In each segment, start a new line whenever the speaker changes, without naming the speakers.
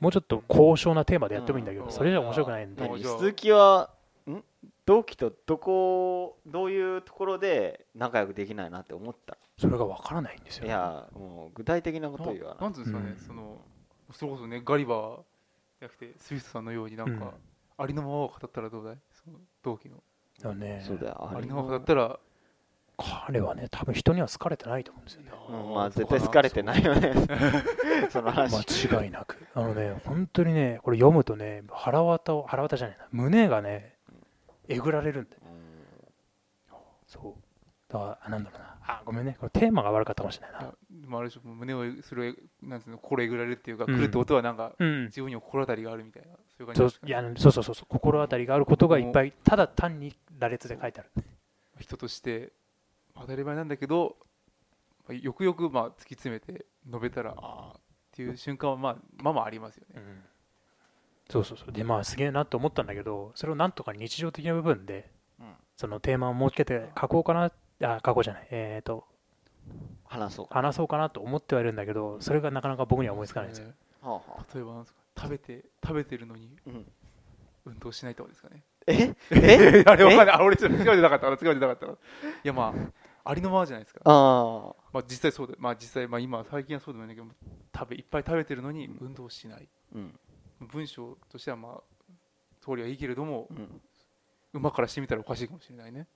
もうちょっと高尚なテーマでやってもいいんだけど、それじゃ面白くないんで、
何
もうじゃあ
鈴木はん同期とどこどういうところで仲良くできないなって思った
それがわからないんですよ、
いやもう具体的なことを言わ
な
ない
んつうんですかね、
うん
そのそれこそねガリバーじゃなくてスイスさんのようになんか、
うん
ありのままを語ったらどうだいその同期の
だからね
そうだよ
ありのまま語ったら
彼はね多分人には好かれてないと思うんですよね
うんまあ絶対好かれてないよね その話
間違いなくあのね本当にねこれ読むとね腹渡を腹渡じゃないな胸がねえぐられるんだよそうだからなんだろうなあごめんねこれテーマが悪かったかもしれない
い
な
やでもあれでしょもう胸をそれなんつうの心えぐられるっていうか、
うん
来るってことはなんか
うん
自分にも心当たりがあるみたいなそうい
そ
う感
う
じですか
い
ね
やそうそうそうそう心当たりがあることがいっぱいただ単に羅列で書いてある
人として当たり前なんだけどまあよくよくまあ突き詰めて述べたらああっていう瞬間はまあまあまあありますよね
そうそうそうでまあすげえなと思ったんだけどそれをなんとか日常的な部分で
うん
そのテーマを設けて書こうかなあ書こうじゃないえっ、と
話そうか
話そうかなと思ってはいるんだけどそれがなかなか僕には思いつかないんですよ、
ね
はあはあ
例えばなんですか食べて食べてるのに
うん
運動しないとかですかね
ええ
あれわかん
え
ないあ俺ちょっと間違えてなかった間違えてなかったいやまあありのままじゃないですか
ああ
まあ実際そうだまあ実際まあ今最近はそうでもないけど食べいっぱい食べてるのに運動しない
うん
文章としてはまあ通りはいいけれども
うん
馬からしてみたらおかしいかもしれないね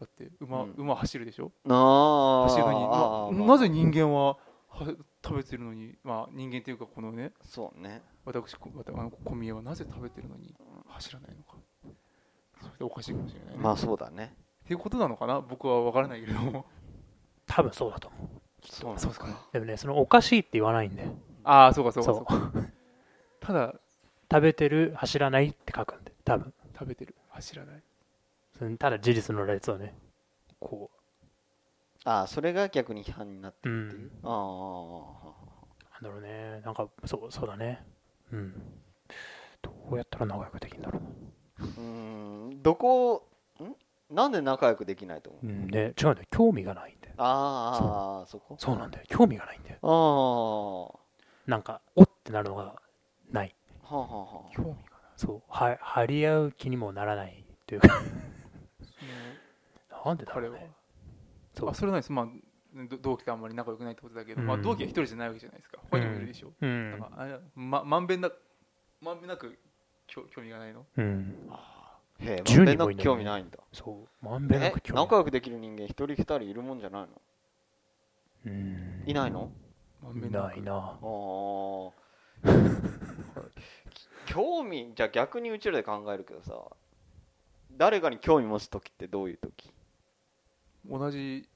だって馬,、
うん
馬走るでしょ
ああ
走るの
あ
に
ー
な
まあ
なぜ人間はは食べてるのにまあ人間というかこのね
そうね
私こわたあの小宮はなぜ食べてるのに走らないのかそれでおかしいかもしれないね、
まあ
っ
そうだね
ていうことなのかな僕は分からないけれども
多分そうだと思う
そ
そうですかね
でもねそのおかしいって言わないんで
ああそうかそ
そう
うかそうか ただ
食べてる走らないって書くんで多分
食べてる走らない
そのただ事実の羅列をねこ
ああそれが逆に批判になって
うう
るっていうんああ
なんだろうねなんかそうそうだねうんどうやったら仲良くできるんだろ
うーんどこをんなんで仲良くできないと思う
う、うん、で違うんだよ興味がないんだよ
あーあーそこ
そうなんだよ興味がないんだよ
ああは
なんかおってなるのがない
あはあはあ
興味がない
そうは張り合う気にもならないというか
その
なんでだ
彼
ろう
は
ねそう
あそれはないですまあど同期とあんまり仲良くないってことだけど、
うん
まあ、同期は一人じゃないわけじゃないですか他にもいるでしょ、
う
なん
ん
かあれままんべんなまんべんなく興興味がないの
うん
へえ
10
まんべん
人
な
も
く
いない
興味ないんだ
そうまんべんな
え
く興味
仲良くできる人間一人二人いるもんじゃないの
うん
いないの
まんべ
い
んな
な
く
いな
ああ 興味じゃあ逆にうちらで考えるけどさ誰かに興味持つ時ってどういう時
同じ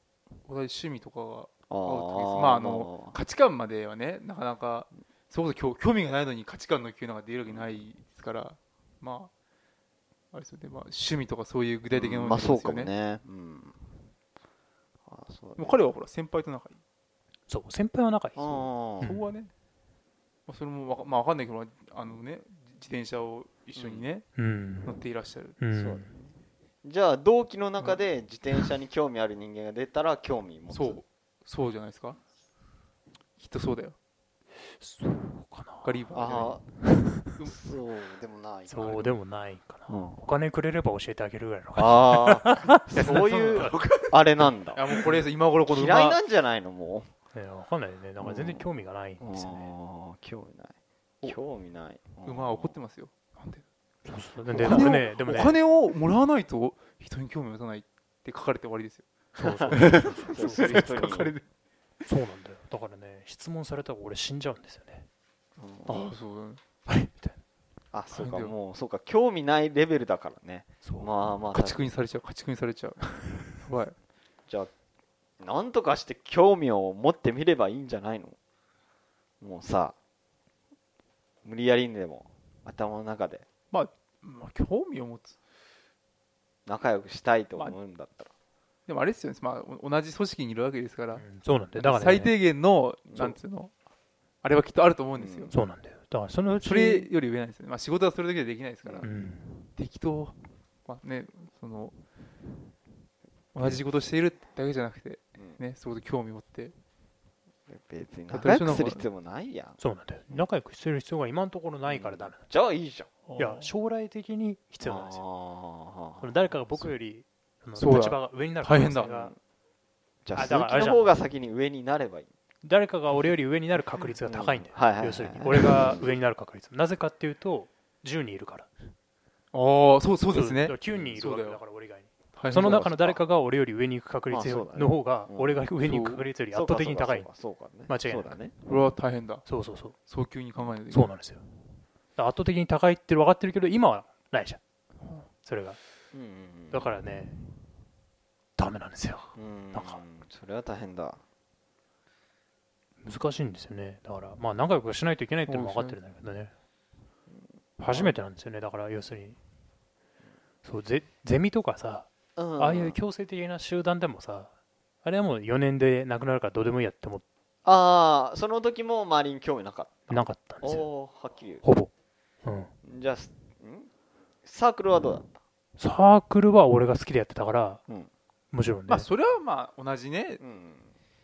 同じ趣味とかが
あ
まああの価値観まではねなかなかそれこそ興興味がないのに価値観の急なんか出るわけないですからまああれですよね、まあ、趣味とかそういう具体的な
う
も
んまあ
のです
そ
よ
うかも
ね,、
ねうんあーそうだ
でも
ね
彼はほら先輩と仲いい
そう先輩は仲いい
あー
そこはね、まあ、それもわか,、まあ、わかんないけどあのね自転車を一緒にね、
うん
乗っていらっしゃる
うん
そうじゃあ同期の中で自転車に興味ある人間が出たら興味持つ
そうそうじゃないですかきっとそうだよ
そうかな
ガリーバーじゃない
ああそうでもないな
そうでもないかな
うん
お金くれれば教えてあげるぐらいの感
ああ そういうあれなんだ
いやもうこれ今頃この
嫌い
馬
なんじゃないのも
じいやわかんないよねなんか全然興味がないん
う
ですよね
ああ興味ない興味ない
馬は怒ってますよなんで
そうそう
お
で
金
でも
を
ねでもね
お金をもらわないと人に興味を持たないって書かれて終わりですよ。
そうそう
そう
そ
そうう
そう
人に
書かれて。
そうなんだよだからね質問されたら俺死んじゃうんですよね
う
あ
ん
そうだね。
はいみたいな
あそう
な
か
んでよ
もうそうか興味ないレベルだからね
そう
まあまあ
家畜にされちゃう、家畜にさ れちゃう。やばい。
じゃあなんとかして興味を持ってみればいいんじゃないのもうさ無理やりにでも頭の中で
まあ、興味を持つ。
仲良くしたいと思うんだったら、
でもあれですよね、まあ、お同じ組織にいるわけですから、
うんそうなんだよだからね
最低限の、
そう
なんつうの、あれはきっとあると思うんですよ。
うん
そうなんだよだからそのうち
それより上ないですよね。まあ、仕事はそれだけでできないですから、
うん
適当、まあね、その、同じ仕事をしているだけじゃなくて、
うん
ね、そこで興味を持って、
別に
だ
仲
って
良
一
く
緒だから
する必要もないやん
そうなんだよ仲良くする必要が今のところないからダメなんで
じゃあいいじゃん
すいや将来的に必要なんですよ
よ
その誰かが僕よりあの
そうだ
立場が上になる
大変だ
可能性が
じゃあ
あだからあれ
鈴木
じゃ
の
ん
方が先に上になればいい
誰かが俺より上になる確率が高いんだよ、
うんはいはいはい
要するに俺が上になる確率なぜかっていうと10人いるから
ああそうそうですね
だから9人いるわけ
そうだよ
だから俺以外に
大変だ
その中の誰かが俺より上に行く確
まあ
率
そうだね
の方が
うん
俺が上に行く確率より圧倒的に高い
そうかそうかそうかそうかね
間違いな
そ
いう
だね
これは大変だ
そうそうそう
早急に考えないといけ
そ
な
う
い
なんですよだから圧倒的に高いって分かってるけど今はないじゃん
うん
それが
うんうんうん
だからねダメなんですよ
うん
なんか
それは大変だ
難しいんですよねだからまあ仲良くしないといけないっていうのも分かってるんだけどね初めてなんですよねだから要するにそうゼゼミとかさ
あ
ああいう強制的な集団でもさあれはもう4年でなくなるからどうでもいいやって思っ
ああその時も周りに興味なかって
なかったん
たお
ですよ
おーはっきり言
ほぼ、うん、
うじゃあすんサークルはどうだった
サークルは俺が好きでやってたから、
うん
もちろんね、
まあそれはまあ同じね
うん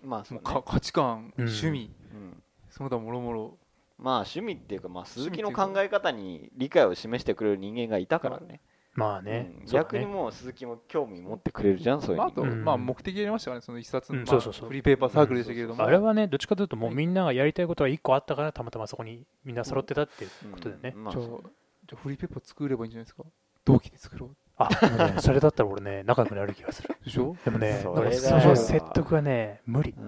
まあそう
もう
ね
か価値観
うん
趣味
うん
その他もろもろ
まあ趣味っていうかまあ鈴木の
趣味
考
っていうか
え方に理解を示してくれる人間がいたからね
まあね
うん、
そうだ
逆に
ね
もう鈴木も興味持ってくれるじゃんそういう
まああと
人
うん
まあ目的ありましたからねその一冊
う
の
ん
ま
そ
あ
うそうそう
フリーペーパーサークルでしたけれども
あれはねどっちかというともう
はい
みんながやりたいことが1個あったからたまたまそこにみんな揃ってたっていうことだよね、
うんまあ
じゃあじゃあフリーペーパー作ればいいんじゃないですか同期で作ろう
あでもねそれだったら俺ね 仲良くなる気がする
でしょ
でもね
そ
なん
れ
か
だよ
その説得はね無理
うん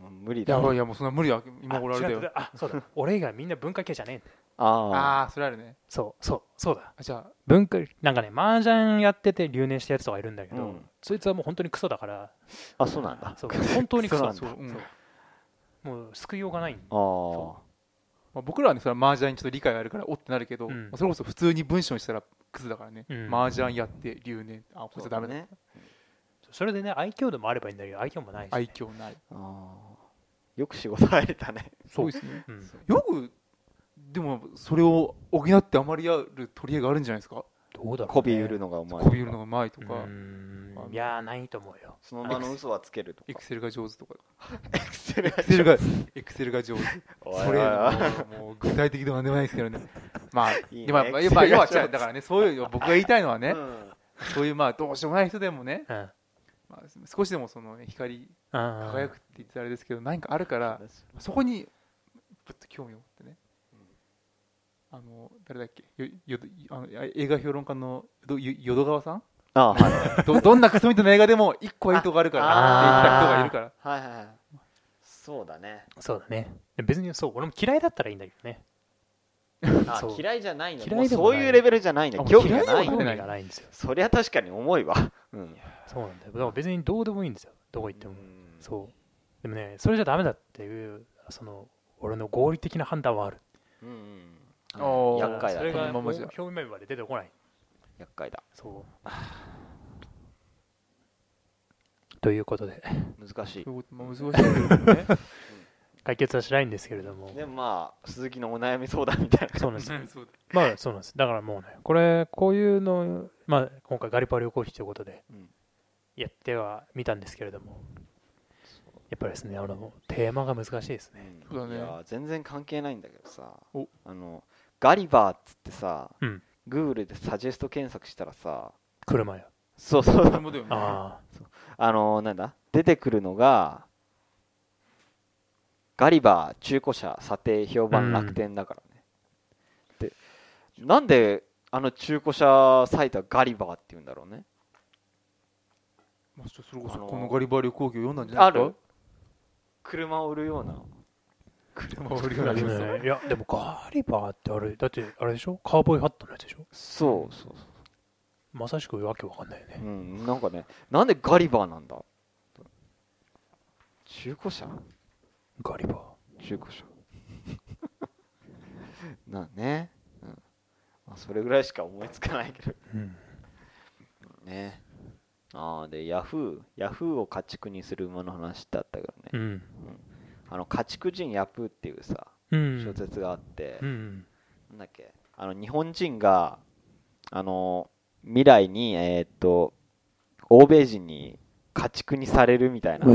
もう無理
い
だ
や
ろ
いやもうそんな無理や今
あ
頃あれだ
違
よ
うあそうだ俺以外みんな文化系じゃねえんだよ
あ
ああそれあるね
そうそうそうだ
あじゃ
文化なんかね麻雀やってて留年したやつとかいるんだけど、
うん
そいつはもう本当にクソだから
ああそうなんだ
そう本当にクソ
そう
な
なんん
だ
だ
あそ
そう
ううんま
もう救いようがないんだ
ああ
あ僕らはねそれは麻雀にちょっと理解があるからおってなるけど
うん
まあそれこそ普通に文章にしたらクズだからね
うん
麻雀やって留年あこいつはダメだ
ね
それでね愛嬌でもあればいいんだけど愛嬌もないし、ね、
愛嬌ない
あーよく仕事入れたね
そう
すごいですね
うん
よくでもそれを補ってあまりやる取り柄があるんじゃないですか
どうだろう、ね、
媚び売るのがうまい
こびるのがうまいと
う
か
ーんいやーないと思うよ
その名の嘘はつけるとか
エクセルが上手 とか
エクセル
エクセルがエクセルが上手
おい
そ
おいお
れ
い
もうもう具体的でもなんでもないで すけどねまあ
いいね
今
エクセル
今
が
要は
上手
違うだからねそういう僕が言いたいのはね
うん
そういうまあどうしようもない人でもね
うん
まあ少しでもその光
輝
輝くって言ってたらあれですけど何かあるからそこにぶっと興味を持ってねあの誰だっけよよあの映画評論家のよよ淀川さん
ああはい
どどんなクソみたいな映画でも一個はいいとこあるから
ああー
って言った人がいるから
はいはいはいそうだね
そうだね別にそう俺も嫌いだったらいいんだけどね
あ
そう
嫌いじゃないんだ
嫌い
もう
でも
そ
な
う
い
いうレベルじゃないんだ
あ
興味が
嫌
ない
で
興
も
味
ない
がないんですよ
そりゃ確かに重いわうん
そうなんだよだから別にどうでもいいんですよどこ行っても
うん
そうでもねそれじゃダメだっていうその俺の合理的な判断はある
うんうん
おー
厄介だ
それ
ね
が
このままじゃ
表面まで出てこない
厄介だ
そうということで
難しい
そういうことまあ難しいけどね
解決はしないんですけれども
でもまあ鈴木のお悩み相談みたいな
そうなんですよ
そうだ
まあそうなんですだからもうねこれこういうの、まあ、今回ガリパ旅行費ということで
うん
やってはみたんですけれどもやっぱりですねあのテーマが難しいですね
うん
そうだね
いや全然関係ないんだけどさ
お
あのガリバーっつってさ、
うん
グーグルでサジェスト検索したらさ
車よ
そうそ
そう
う
いうことよね
あ
あのなんだ出てくるのがガリバー中古車査定評判楽天だからね、でなんであの中古車サイトはガリバーっていうんだろうね
まあそそれこそ
あのー
このガリバー旅行記を読んだんじゃな
あ
いです
る
か
車を売るような
車を売るよう
あ、で
なや
も
つ
ねいやでもガリバーってあれだってあれでしょカーボーイハットのやつでしょ
そうそう
まさしくわけわかんないよね
うん、なんかね、なんでガリバーなんだ中古車
ガリバー
中古車。 なんね、うんまあ。それぐらいしか思いつかないけど
うん
ね。ああ、で、ヤフー、ヤフーを家畜にする馬の話ってあったけど
う
ね。
ん
あの家畜人ヤプーっていうさ、
うん
小説があって、
うん
なんだっけ、あの日本人が、あの、未来に、えーっと、欧米人に家畜にされるみたいな。
へ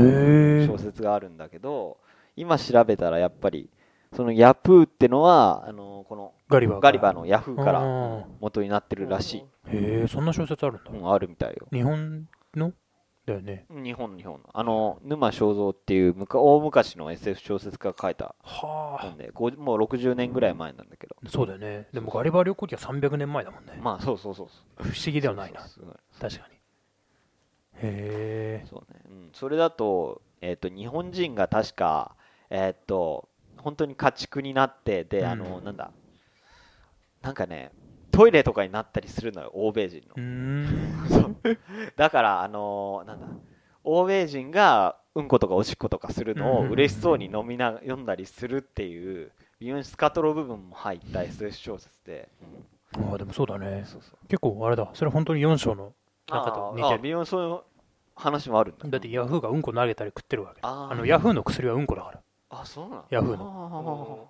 え
小説があるんだけど、今調べたらやっぱりそのヤプーってのはあのこの
ガリバー
ガリバー
ー
のヤフーから
へ
元になってるらしい、
えそんな小説あるんだ、
うん、あるみたいよ
日本のだよね
日本日本あの沼正蔵っていうむか大昔の SF 小説家が書いた
はあ
本でごもう60年ぐらい前なんだけど
そうだよねでもガリバー旅行記は300年前だもんね、
まあそうそうそうそう
不思議ではないな
そうそう
確かにへえ
そうね、うん、それだと,、えっと日本人が確か、えっと本当に家畜になってであの、
うん
なんだなんかねトイレとかになったりするのよ欧米人の
うーん
だからあのなんだ欧米人がうんことかおしっことかするのを
うん
嬉しそうに飲みな読んだりするっていう微妙にスカトロ部分も入った SS 小説で、
ああでもそうだね
そうそう
結構あれだそれ本当に4章の中と似
あーあ
て
ー微妙にそういう話もあるんだ
るだってヤフーがうんこ投げたり食ってるわけ
あー
あのヤフーの薬はうんこだから
あそうなん
ヤフー
の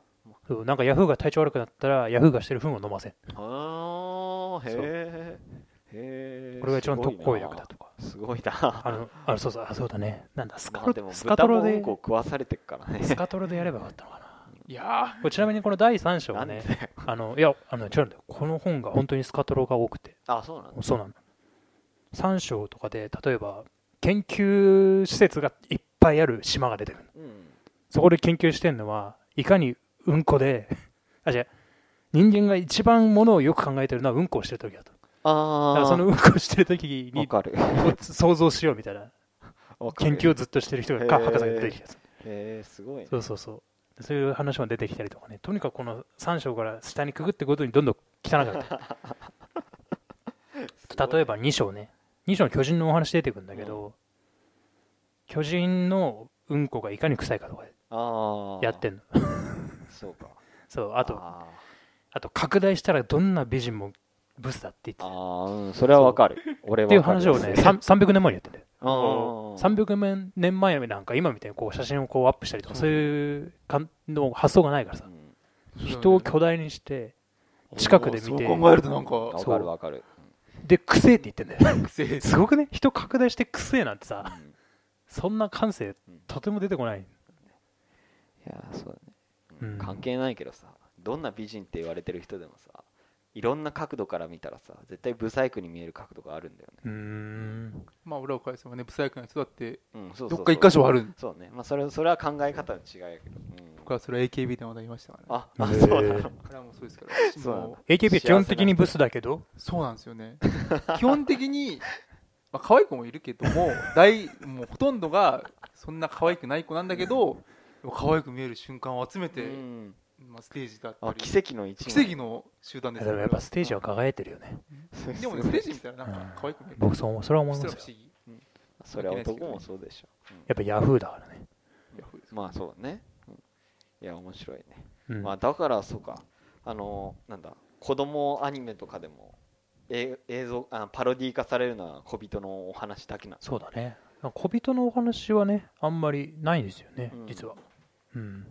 そうなんかヤフーが体調悪くなったらヤフーがしてる糞を飲ません
あーへ
そう
えへえ
これが一番
すご
特
いな
効薬だとか
すごいな
あのあのそうそうあそうだねなんだスカ
まあで
ロ
も
スカト
豚
ロ
もう
で
んこ食わされてっからね
スカトロでやればよかったのかない
や
これちなみにこの第3章は
なん
ね
で
あのいやあのね違うんだよこの本が本当にスカトロが多くて
あそうなんだ
そうなの3章とかで例えば研究施設がいっぱいある島が出てくる
うん
そこで研究してるのはいかにうんこで あ違う人間が一番ものをよく考えてるのはうんこをしてる時だとだか
あ
ら
あ
そのうんこをしてる時
わ
に
かる
こう想像しようみたいな
わか
研
る
究をずっとしてる人が
へー
博士が出てきたやつ
へえすごいね
そうそうそうそういう話も出てきたりとかねとにかくこの3章から下にくぐってごとにどんどん汚か った例えば2章ね2章の巨人のお話出てくるんだけど、巨人のうんこがいかに臭いかとか
ああ
やってんの
そうか
そうあとあ
あ
と拡大したらどんな美人もブスだって言って
ーあ
たっ
ーうんそれはわかる俺は
ていう話をねさん300年前にやってんだよ
あー
300年前なんか今みたいにこう写真をこうアップしたりとかそういうかんの発想がないからさ
うん
ー
人を巨大にして近くで見て
そう考えるとなんか
わかるわかる
でくせえって言ってんだよ
癖です
すごくね人拡大してくせえなんてさ
うん
そんな感性とても出てこない、
いやーそうだね
うん、
関係ないけどさどんな美人って言われてる人でもさいろんな角度から見たらさ絶対ブサイクに見える角度があるんだよね
うーん
まあ裏を返せばね不細工な人だって
うんそうそうそ
どっ
う
か一箇所はある
そうねまあそれそれは考え方の違いやけど、
僕はそれは AKB でまだ言いましたからね
ああ
へー
そうなの
これはもうそうですから
そうなんだ
もう
AKB は基本的にブスだけど
そうなんですよね基本的にまあ可愛い子もいるけども大もうほとんどがそんな可愛くない子なんだけどでも可愛く見える瞬間を集め
う
て、
ん
まあ、ステージだった
あ
り
奇跡の一
奇跡の集団です
でもやっぱステージは輝いてるよね
跡
でもねステージ見たらなんか可愛く見える
僕そう思うそれは思い
そ
ま
れ
す
は
よ
不思議
それは男もそうでしょ、
やっぱヤフーだからね、
いやそうです
うんまあそうだね、うんいや面白いね、
うん
まあだからそうかあのーなんだ子供アニメとかでもえ映像あパロディ化されるのは小人のお話だけなん
そうだねなんか小人のお話はねあんまりないんですよね、
うん
実は、うん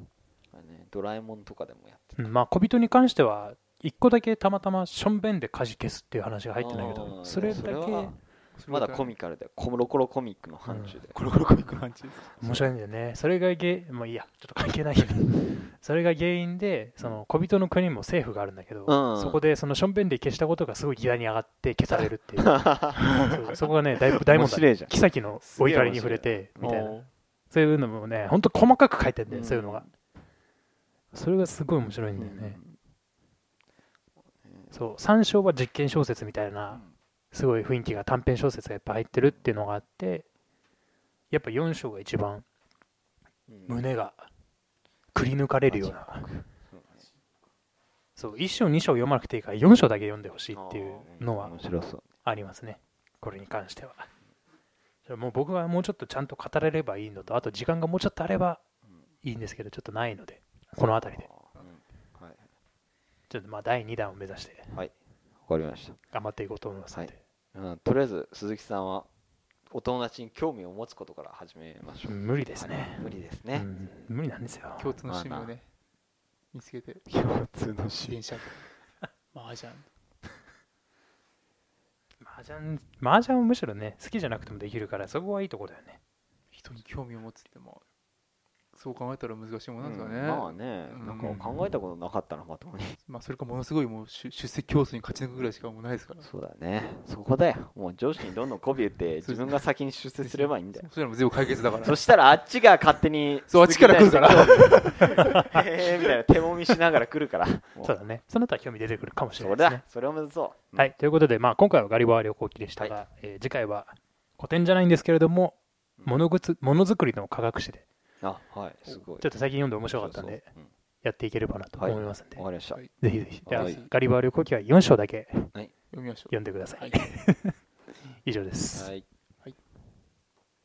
だねドラえもんとかでもやってた
うんまあ小人に関しては1個だけたまたましょんべんで火事消すっていう話が入ってないけ
あー
どそれだけ
でもそれは
それ
ま
は
だコミカルでコロコロコミックの 範疇で、
コロコロコミックの感じです
面白いんだよねそれがげもういいやちょっと関係ない けどそれが原因でその小人の国も政府があるんだけど、
うん
そこでそのしょんべんで消したことがすごい議題に上がって消されるって いうそうそこがねだいぶ大問
面白
題
いじゃん
キサキのお怒りに触れてみたいな
おー
そういうのもね本当細かく書いてんだよ、
うん
そういうのがそれがすごい面白いんだよね、そう三章は実験小説みたいなすごい雰囲気が短編小説がいっぱい入ってるっていうのがあってやっぱ4章が一番
うん
胸がくり抜かれるようなそう1章2章読まなくていいから4章だけ読んでほしいっていうのは
面白そう
ありますねこれに関してはそれはもう僕がもうちょっとちゃんと語れればいいのとあと時間がもうちょっとあればいいんですけどちょっとないのでこの辺りで
うんはい
ちょっとまあ第2弾を目指して
わかりました
頑張っていこうと思いますので、
うんとりあえず鈴木さんはお友達に興味を持つことから始めましょう、
無理です
は
ね
い、無理ですね
う、ん無理なんですよ
共通の趣味をね見つ けて
共通の
電車でマージャン
麻雀麻雀はむしろね好きじゃなくてもできるからそこはいいところだよね
人に興味を持つってもそう考えたら難しいもんなんですかね、
うんまあ
まあ、
ね、
うん
なんか考えたことなかったな、まともに。
それかものすごいもう出出席競争に勝ち抜くぐらいしかもうないですから
そうだね、そこだよ。もう上司にどんどん媚び言って、自分が先に出世すればいいんだよ。
そしたらもう全部解決 だから
そしたらあっちが勝手に、
そうあっちから来るから
ら。 へえみたいな、手もみしながら来るから。もう
そうだね。その後は興味出てくるかもしれ
そ
ない
れ
ですね
だ。、それを目指そう。
はい。ということで、まあ、今回はガリバー旅行記でしたが、えー次回は古典じゃないんですけれども、ものぐつものづくりの科学史で、
あ、はい、すごい。
ちょっと最近読んで面白かったんで、
そうそう。うん
やっていければなと
はい
思いますんで、
わかりました。
はい
ぜひぜひ。じゃあ、
はい
ガリバー旅行記は4章だけ
読みましょ う
読んでください。以上です。
はい。